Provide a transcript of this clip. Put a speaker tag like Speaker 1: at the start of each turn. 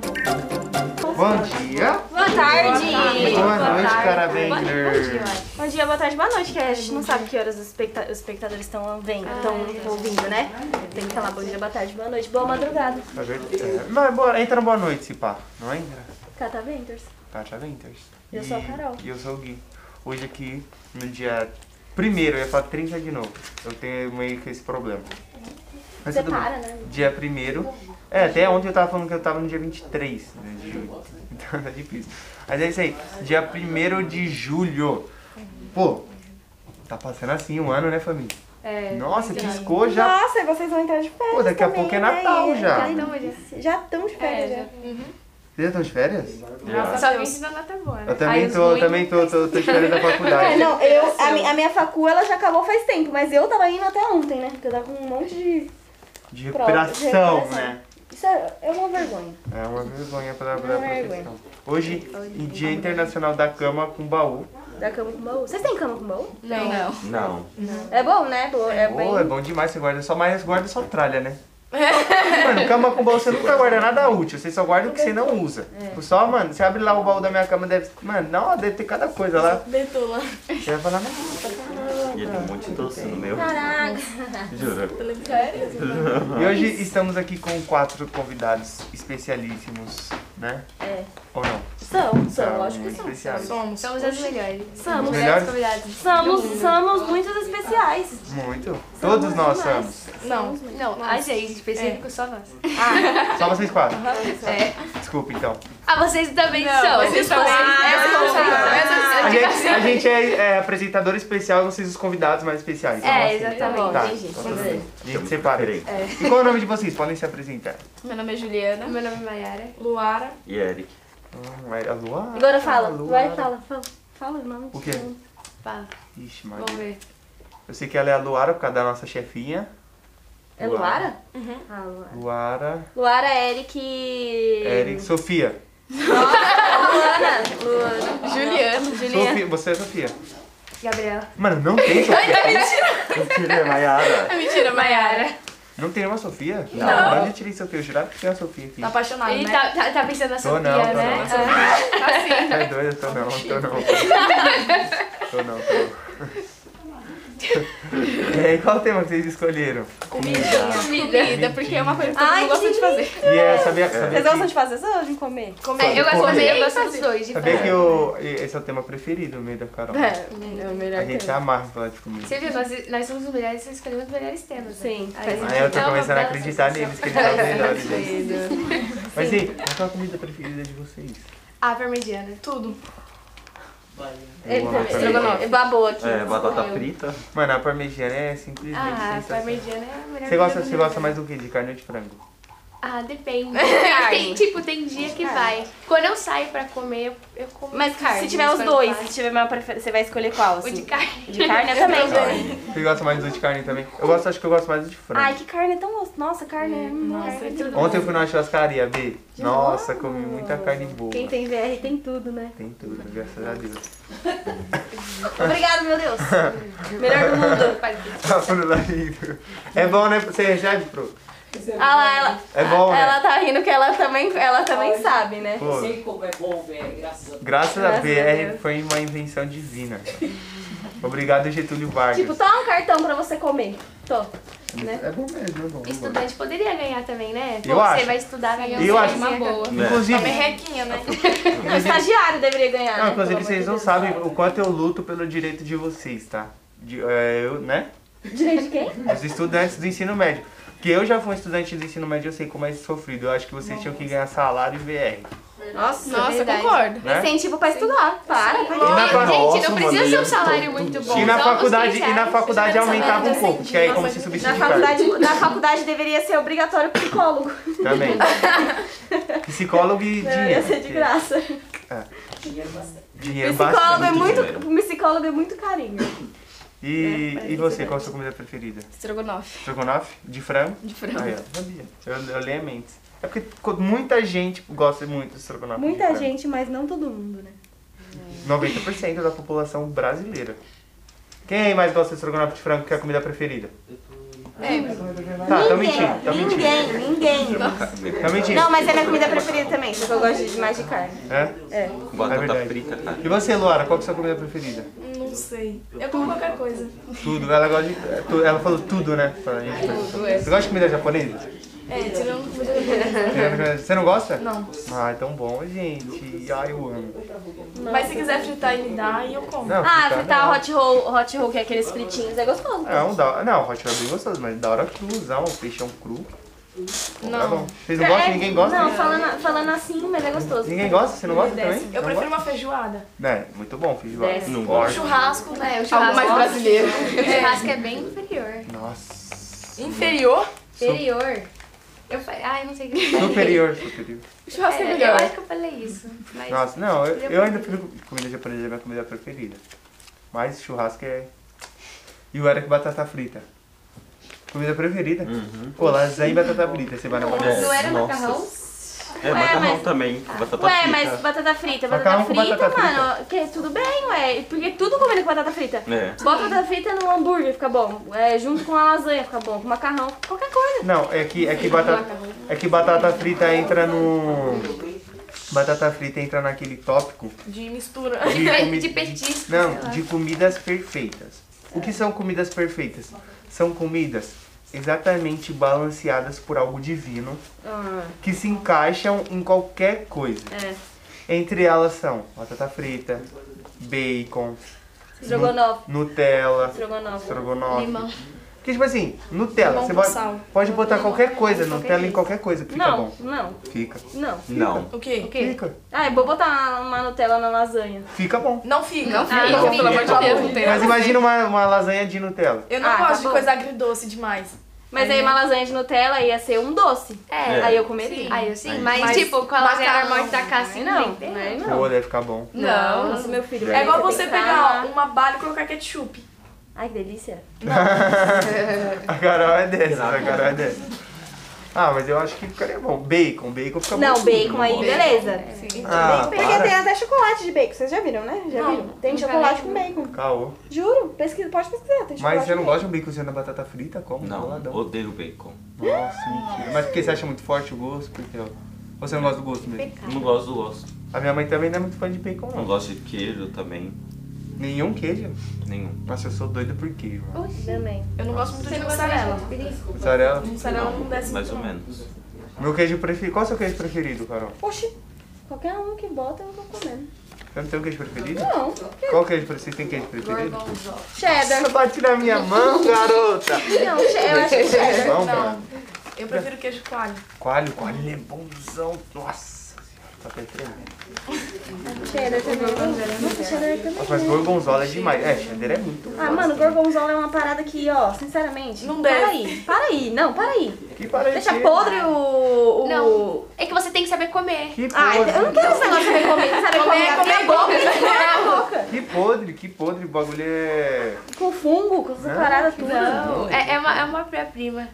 Speaker 1: Bom dia,
Speaker 2: Boa tarde!
Speaker 1: boa noite,
Speaker 2: tarde.
Speaker 1: parabéns.
Speaker 2: Boa- Bom dia, boa tarde, boa noite, que a gente não sabe que horas os, especta- os espectadores estão vendo, estão ouvindo, né? Tem que falar bom dia, boa tarde, boa noite, boa madrugada.
Speaker 1: É verdade. Mas boa, entra no boa noite, se pá. Não entra? Tá,
Speaker 2: Cata Venters.
Speaker 1: Tata Venters.
Speaker 2: Eu
Speaker 1: então. E-
Speaker 2: sou a Carol.
Speaker 1: E eu sou o Gui. Hoje aqui, no dia primeiro, eu ia falar 30 de novo. Eu tenho meio que esse problema. Mas tudo bem.
Speaker 2: Separa, né?
Speaker 1: Dia primeiro. É, até ontem eu tava falando que eu tava no dia 23 né, de julho. Então tá difícil. Mas é isso aí. Dia primeiro de julho. Pô, tá passando assim um ano, né, família?
Speaker 3: É.
Speaker 1: Nossa, piscou já.
Speaker 2: Nossa, vocês vão entrar de férias
Speaker 1: Pô, daqui a
Speaker 2: também,
Speaker 1: pouco é
Speaker 2: né?
Speaker 1: Natal já.
Speaker 2: Que delícia. Já estão de férias, É, já.
Speaker 1: Vocês já estão de férias?
Speaker 4: É,
Speaker 1: Já.
Speaker 3: Só vim da nota boa, né?
Speaker 1: Eu também tô, eu também tô, tô, tô de férias da
Speaker 2: É,
Speaker 1: faculdade.
Speaker 2: não, eu, a, mi- a minha facu, ela já acabou faz tempo, mas eu tava indo até ontem, né? Porque eu tava com um monte de...
Speaker 1: De recuperação,
Speaker 2: recuperação.
Speaker 1: né?
Speaker 2: Isso é, é uma vergonha.
Speaker 1: É uma vergonha pra,
Speaker 2: Não
Speaker 1: pra
Speaker 2: é vergonha. é.
Speaker 1: profissão. Hoje, Dia Internacional da Cama com baú.
Speaker 2: Da cama com baú. Vocês têm cama com baú?
Speaker 3: Não. Não.
Speaker 1: Não.
Speaker 2: É bom, né? Bo- É bem...
Speaker 1: Pô, é bom demais, você guarda só, mas guarda só tralha, né? mano, cama com baú, você nunca guarda nada útil, você só guarda o que você
Speaker 2: É.
Speaker 1: não usa. Tipo, Só, mano, você abre lá o baú da minha cama, deve. Mano, não, deve ter cada coisa lá.
Speaker 3: Betula.
Speaker 1: Você vai falar, nossa,
Speaker 5: E ele tem um monte de doce no meu.
Speaker 2: Caraca.
Speaker 5: Juro.
Speaker 3: Sério?
Speaker 1: E hoje estamos aqui com quatro convidados especialíssimos, né?
Speaker 2: É.
Speaker 1: Ou não?
Speaker 2: São, são,
Speaker 1: São
Speaker 2: lógico que
Speaker 1: muito
Speaker 2: são.
Speaker 1: especiais.
Speaker 3: Somos.
Speaker 4: Somos as melhores.
Speaker 2: Somos.
Speaker 1: melhores?
Speaker 4: convidados.
Speaker 2: Somos, somos muitos especiais.
Speaker 1: Muito. Todos nós
Speaker 2: demais.
Speaker 1: somos.
Speaker 3: Não.
Speaker 4: Não, a
Speaker 3: É.
Speaker 4: gente, específico, só nós.
Speaker 1: Só vocês quatro.
Speaker 4: É.
Speaker 1: Desculpa, então.
Speaker 4: Ah, vocês também
Speaker 3: Não,
Speaker 4: são.
Speaker 3: vocês são.
Speaker 4: Essa
Speaker 3: Ah,
Speaker 4: confusão, essa
Speaker 1: A
Speaker 4: confusão.
Speaker 1: gente, a gente é, é apresentador especial, vocês os convidados mais especiais. então,
Speaker 4: É,
Speaker 1: assim,
Speaker 4: exatamente.
Speaker 1: Tá,
Speaker 2: Entendi,
Speaker 1: tá
Speaker 2: pode
Speaker 1: tudo
Speaker 2: ser.
Speaker 1: bem. A gente separa.
Speaker 5: Diferente.
Speaker 1: E qual é o nome de vocês? Podem se apresentar.
Speaker 3: Meu nome é Juliana.
Speaker 4: Meu nome é Mayara.
Speaker 3: Luara.
Speaker 5: E Eric.
Speaker 1: Ah, mas a Luara.
Speaker 2: Agora fala,
Speaker 1: Luara.
Speaker 2: vai, fala, fala. Fala tipo, o nome.
Speaker 1: O quê?
Speaker 4: Fala.
Speaker 1: Ixi,
Speaker 4: Vamos
Speaker 1: Maria.
Speaker 4: ver.
Speaker 1: Eu sei que ela é a Luara por causa da nossa chefinha.
Speaker 2: É Luara? Uhum. Ah, Luara.
Speaker 1: Luara,
Speaker 2: Luara, Eric e... Ah,
Speaker 1: Eric, Sofia.
Speaker 2: Luana. Luana.
Speaker 3: Juliana.
Speaker 1: Sofia, você é Sofia.
Speaker 2: Gabriela.
Speaker 1: Mano, não tem Sofia.
Speaker 5: Mentira, é Maiara.
Speaker 3: Mentira, Mayara.
Speaker 1: Não tem nenhuma Sofia?
Speaker 5: Não.
Speaker 1: Não. Onde eu tirei Sofia? Eu jurava que tinha uma Sofia aqui.
Speaker 3: Tá apaixonado,
Speaker 4: Ele
Speaker 3: né? Tá
Speaker 4: tá, tá, tá pensando na
Speaker 1: Tô
Speaker 4: Sofia,
Speaker 1: não, tô
Speaker 4: né?
Speaker 1: não.
Speaker 4: Ah,
Speaker 1: É doido, tô não, tô não. Tô não, tô não. É, E aí, qual o tema que vocês escolheram?
Speaker 5: Comida.
Speaker 3: Comida, porque é uma coisa que todo
Speaker 2: Ai,
Speaker 3: mundo gosta
Speaker 2: que
Speaker 3: de fazer.
Speaker 1: E é, sabia, sabia
Speaker 2: Vocês gostam
Speaker 1: que,
Speaker 2: de fazer isso ou de comer?
Speaker 4: é, eu gosto
Speaker 1: Comer.
Speaker 4: também, eu gosto dos dois. de
Speaker 1: sabia
Speaker 4: fato.
Speaker 1: que eu, esse é o tema preferido meu e da Carol.
Speaker 3: É, é o melhor
Speaker 1: Uhum. A gente se
Speaker 3: que
Speaker 1: amarra em falar de comida.
Speaker 4: Você viu, nós, nós somos os melhores, nós escolhemos os melhores temas. né?
Speaker 2: Sim.
Speaker 4: Aí,
Speaker 1: Aí Ah, eu tô
Speaker 4: então,
Speaker 1: começando a
Speaker 4: vamos-
Speaker 1: acreditar neles, que eles são os melhores. Mas e aí, qual é a comida preferida de vocês?
Speaker 4: Ah, parmegiana.
Speaker 3: Tudo.
Speaker 2: Ele
Speaker 1: Boa,
Speaker 2: também.
Speaker 1: parmegiana.
Speaker 2: Ele babou aqui.
Speaker 5: É, batata frita.
Speaker 1: Mano, a parmegiana é simplesmente
Speaker 4: Ah,
Speaker 1: sensacional.
Speaker 4: parmegiana é a melhor.
Speaker 1: Você gosta,
Speaker 4: comida do
Speaker 1: você
Speaker 4: mundo.
Speaker 1: gosta mais do que? De carne ou de frango?
Speaker 4: Ah, depende. tem, tipo, tem dia que vai. Quando eu saio pra comer, eu, eu como
Speaker 2: Mas
Speaker 4: carne.
Speaker 2: se tiver os dois,
Speaker 4: eu
Speaker 2: se tiver uma preferência, você vai escolher qual?
Speaker 4: faço. O de
Speaker 2: assim?
Speaker 4: carne.
Speaker 2: De carne eu
Speaker 4: É.
Speaker 2: também.
Speaker 1: Você gosta mais do de carne também? Eu gosto, acho que eu gosto mais do de frango.
Speaker 2: Ai, que carne é tão gostosa. Nossa, carne é. Nossa, é tudo.
Speaker 1: Uhum. Ontem eu fui numa churrascaria, B. Nossa, comi muita carne boa.
Speaker 2: Quem tem VR tem tudo, né?
Speaker 1: Tem tudo, graças a Deus.
Speaker 2: Obrigado, meu Deus. Melhor do mundo.
Speaker 1: Tá pro larido. É bom, né? Você recebe, pro?
Speaker 2: Ah lá, ela,
Speaker 1: É bom, né?
Speaker 2: ela tá rindo que ela também, ela também sabe, né?
Speaker 1: Pô,
Speaker 6: sei como é bom, velho, graças a Deus.
Speaker 1: graças a
Speaker 2: Graças a
Speaker 1: VR
Speaker 2: Deus.
Speaker 1: foi uma invenção divina. Obrigado, Getúlio Vargas.
Speaker 2: Tipo, toma um cartão pra você comer. Tô. né?
Speaker 1: É bom mesmo, é bom. é bom.
Speaker 4: Estudante poderia ganhar também, né?
Speaker 1: Eu
Speaker 4: Pô,
Speaker 1: acho.
Speaker 4: Você vai estudar, vai ganhar
Speaker 1: Eu
Speaker 4: uma
Speaker 1: acho.
Speaker 4: coisinha.
Speaker 3: Uma boa.
Speaker 2: Tá
Speaker 1: Inclusive,
Speaker 3: Merrequinha, né?
Speaker 2: Não, estagiário deveria ganhar.
Speaker 1: não,
Speaker 2: né?
Speaker 1: inclusive
Speaker 2: é, tá Pelo amor
Speaker 1: vocês
Speaker 2: de
Speaker 1: não
Speaker 2: Deus.
Speaker 1: sabem o quanto eu luto pelo direito de vocês, tá? De, é, eu, né?
Speaker 2: Direito de quem?
Speaker 1: Os estudantes do ensino médio. Porque eu já fui um estudante do ensino médio, eu sei como é sofrido. Eu acho que vocês tinham que ganhar salário e VR.
Speaker 2: Nossa,
Speaker 3: Nossa, eu
Speaker 4: verdade. tipo,
Speaker 3: concordo.
Speaker 1: Né?
Speaker 2: Incentivo pra estudar. Para, para.
Speaker 1: E na
Speaker 4: Gente,
Speaker 5: Nossa,
Speaker 4: não
Speaker 5: mano,
Speaker 4: precisa ser
Speaker 5: eu
Speaker 4: um salário muito bom.
Speaker 1: E na
Speaker 4: só
Speaker 2: então,
Speaker 4: uns
Speaker 1: faculdade,
Speaker 4: 30
Speaker 1: e na
Speaker 4: reais.
Speaker 1: faculdade aumentava um
Speaker 3: salário
Speaker 1: pouco, que aí é como se
Speaker 2: Na
Speaker 1: subsidiar.
Speaker 2: faculdade, na faculdade deveria ser obrigatório psicólogo.
Speaker 1: Também. Psicólogo e
Speaker 2: Deveria
Speaker 1: dinheiro.
Speaker 2: Né? ser de graça.
Speaker 6: Dinheiro bastante.
Speaker 1: Dinheiro
Speaker 2: Psicólogo é
Speaker 1: bastante.
Speaker 2: muito, psicólogo é muito carinho.
Speaker 1: E,
Speaker 2: é
Speaker 1: e você, qual a sua comida preferida?
Speaker 3: Estrogonofe.
Speaker 1: Estrogonofe? De frango?
Speaker 3: De frango.
Speaker 1: Aí, ó, sabia. Eu, eu leio a mente. É porque co- muita gente gosta muito de estrogonofe. de
Speaker 2: Muita
Speaker 1: frango.
Speaker 2: gente, mas não todo mundo, né?
Speaker 1: 90% da população brasileira. Quem mais gosta de estrogonofe de frango que é a comida preferida? Tá, tá mentindo, tá mentindo.
Speaker 2: Ninguém, ninguém.
Speaker 1: Tá mentindo.
Speaker 2: Não, mas é minha comida preferida também, só que eu gosto de mais de carne.
Speaker 1: É?
Speaker 5: Com
Speaker 1: É
Speaker 5: batata
Speaker 1: verdade.
Speaker 5: frita, cara.
Speaker 1: E você, Luara, qual que é a sua comida preferida?
Speaker 3: Não sei. Eu como qualquer coisa.
Speaker 1: Tudo. Ela gosta de. é, tu- Ela falou tudo, né? Pra gente. Você gosta de comida japonesa?
Speaker 3: É, tirando comida
Speaker 1: Você não gosta?
Speaker 3: Não.
Speaker 1: Ah, é tão bom, gente. Ai, eu amo.
Speaker 3: Mas se quiser fritar e me dar, eu como.
Speaker 1: Não,
Speaker 2: Ah,
Speaker 1: não.
Speaker 2: fritar hot roll, hot roll, que é aqueles fritinhos, é gostoso.
Speaker 1: Não, da, não, hot roll é bem gostoso, mas da hora cruzar um peixão cru. Não. Tá bom. Vocês não gostam?
Speaker 2: É,
Speaker 1: Ninguém gosta?
Speaker 2: Não, falando, falando assim, mas é gostoso.
Speaker 1: Ninguém gosta? Você não gosta também?
Speaker 3: Eu
Speaker 1: Não
Speaker 3: prefiro
Speaker 1: gosta?
Speaker 3: uma feijoada.
Speaker 1: É, muito bom, feijoada.
Speaker 2: Desce.
Speaker 5: Não
Speaker 1: Porra.
Speaker 5: gosto.
Speaker 3: Churrasco,
Speaker 4: É, o
Speaker 3: algo mais
Speaker 4: churrasco,
Speaker 3: brasileiro.
Speaker 4: o churrasco é bem inferior.
Speaker 1: Nossa.
Speaker 3: Inferior,
Speaker 4: Inferior. Eu falei, ai, não sei o que.
Speaker 1: Superior, superior.
Speaker 3: o churrasco é,
Speaker 4: É, eu
Speaker 3: melhor.
Speaker 4: acho que eu falei isso. Mas
Speaker 1: Nossa, não, eu, eu ainda prefiro comida japonesa, é minha comida preferida. Mas churrasco é. E o Eric é batata frita. Comida preferida.
Speaker 5: Uhum.
Speaker 1: Pô, lasanha e batata frita, você vai na
Speaker 5: É,
Speaker 4: não era
Speaker 5: nossa.
Speaker 4: macarrão?
Speaker 5: É, macarrão também. com Batata
Speaker 2: Ué,
Speaker 5: frita.
Speaker 2: mas batata frita,
Speaker 1: Macarrão
Speaker 2: batata
Speaker 1: com
Speaker 2: frita,
Speaker 1: batata frita.
Speaker 2: mano, que tudo bem, ué. Porque tudo combina com batata frita.
Speaker 5: É.
Speaker 2: Bota batata frita no hambúrguer, fica bom. É, junto com a lasanha, fica bom. Com macarrão, qualquer coisa.
Speaker 1: Não, é que, é que batata. É que batata frita entra no. Batata frita entra naquele tópico
Speaker 3: De mistura.
Speaker 1: de, comi-
Speaker 4: de petisco. sei
Speaker 1: Não,
Speaker 4: lá.
Speaker 1: de comidas perfeitas. O que são comidas perfeitas? São comidas exatamente balanceadas por algo divino que se encaixam em qualquer coisa.
Speaker 2: É,
Speaker 1: Entre elas são batata frita, bacon,
Speaker 2: Estrogonofe,
Speaker 1: Nutella,
Speaker 2: estrogonofe.
Speaker 1: estrogonofe.
Speaker 4: Limão.
Speaker 1: Porque, tipo assim, Nutella,
Speaker 3: Limão
Speaker 1: você
Speaker 3: com
Speaker 1: pode,
Speaker 3: sal.
Speaker 1: pode botar qualquer coisa,
Speaker 4: qualquer
Speaker 1: Nutella em
Speaker 4: jeito.
Speaker 1: qualquer coisa, que fica
Speaker 2: Não,
Speaker 1: bom.
Speaker 2: não,
Speaker 1: Fica.
Speaker 2: não.
Speaker 5: Não.
Speaker 3: O quê?
Speaker 2: Ok.
Speaker 1: Fica.
Speaker 2: Ah, eu vou botar uma, uma Nutella na lasanha.
Speaker 1: Fica bom.
Speaker 3: Não fica.
Speaker 4: Não fica.
Speaker 3: Não, pelo amor de Deus, não tem
Speaker 1: Mas
Speaker 3: nada.
Speaker 1: imagina uma, uma lasanha de Nutella.
Speaker 3: Eu não
Speaker 2: Ah, tá
Speaker 3: gosto de
Speaker 2: bom.
Speaker 3: coisa agridoce demais.
Speaker 2: Mas aí uma lasanha de Nutella ia ser um doce.
Speaker 4: É.
Speaker 2: Aí eu comeria.
Speaker 4: Aí eu sim,
Speaker 5: Aí.
Speaker 4: mas,
Speaker 3: Mas
Speaker 4: tipo, com a lasanha
Speaker 3: macarrão.
Speaker 4: normal de tacar assim,
Speaker 2: Aí
Speaker 4: não.
Speaker 2: não,
Speaker 4: tem
Speaker 2: aí
Speaker 4: ideia.
Speaker 1: Pô,
Speaker 2: não.
Speaker 1: deve ficar bom.
Speaker 3: Não.
Speaker 2: Nossa, meu filho.
Speaker 1: É
Speaker 3: É
Speaker 2: vai
Speaker 3: igual
Speaker 2: ter
Speaker 3: você
Speaker 2: que
Speaker 3: pegar
Speaker 2: pensar.
Speaker 3: uma bala e colocar ketchup.
Speaker 2: Ai, que delícia.
Speaker 1: A Carol é dessas, a Carol é dessas. Ah, mas eu acho que ficaria bom. Bacon, bacon fica
Speaker 2: Não,
Speaker 1: bom.
Speaker 2: bacon é aí, beleza.
Speaker 4: é.
Speaker 1: Ah,
Speaker 2: Porque tem
Speaker 1: para.
Speaker 2: até chocolate de bacon, vocês já viram, né? Já
Speaker 3: Não,
Speaker 2: viram? Tem
Speaker 4: nunca
Speaker 2: chocolate
Speaker 4: vi.
Speaker 2: com bacon.
Speaker 1: Caô.
Speaker 2: Juro, pesquisa, pode pesquisar. Tem chocolate
Speaker 1: Mas você
Speaker 2: com
Speaker 1: não
Speaker 2: bacon.
Speaker 1: gosta de um baconzinho na batata frita? Como?
Speaker 5: Não,
Speaker 1: Boladão.
Speaker 5: odeio bacon.
Speaker 1: Nossa, mentira. Mas porque você acha muito forte o gosto? Porque, ó, ou você não gosta do gosto mesmo?
Speaker 2: Tá.
Speaker 5: Não gosto do gosto.
Speaker 1: A minha mãe também não é muito fã de bacon,
Speaker 5: Não
Speaker 1: não.
Speaker 5: gosto de queijo também.
Speaker 1: Nenhum queijo?
Speaker 5: Nenhum.
Speaker 1: Nossa, eu sou doido por queijo, mano.
Speaker 2: Também.
Speaker 3: Eu não gosto muito de
Speaker 4: gosta de
Speaker 3: mussarela.
Speaker 1: Mussarela.
Speaker 3: Mussarela não desce
Speaker 5: mais ou
Speaker 3: muito, não.
Speaker 5: menos.
Speaker 1: Meu queijo preferido. Qual é o seu queijo preferido, Carol?
Speaker 2: Oxi, qualquer um que bota eu tô comendo.
Speaker 1: Você não tem um queijo preferido?
Speaker 2: Não.
Speaker 1: Qual queijo preferido? Vocês têm queijo preferido?
Speaker 2: Cheddar.
Speaker 1: Você bate na minha mão, garota!
Speaker 2: Não, che- é, eu acho que cheddar.
Speaker 1: Não, mano.
Speaker 3: Eu prefiro queijo coalho.
Speaker 1: Coalho, coalho ele é bonzão. Nossa senhora, tá até tremendo.
Speaker 2: Cheddar também. Nossa, cheddar também.
Speaker 1: Nossa, mas gorgonzola é demais. É, cheddar é muito
Speaker 2: Ah, mano, gorgonzola é uma parada que, ó, sinceramente.
Speaker 3: Não
Speaker 2: para
Speaker 3: desce.
Speaker 2: aí, para aí, não, para aí.
Speaker 1: Que é parece.
Speaker 2: Deixa podre o. o...
Speaker 4: Não, é que você tem que saber comer.
Speaker 1: Que
Speaker 2: Ah,
Speaker 1: podre.
Speaker 2: eu não quero esse negócio de comer, sabe? Comer, comer, boca,
Speaker 1: Que podre, que podre. O bagulho é.
Speaker 2: com fungo, com essa
Speaker 1: Não,
Speaker 2: parada tudo.
Speaker 4: Não, é, é uma, é uma prima.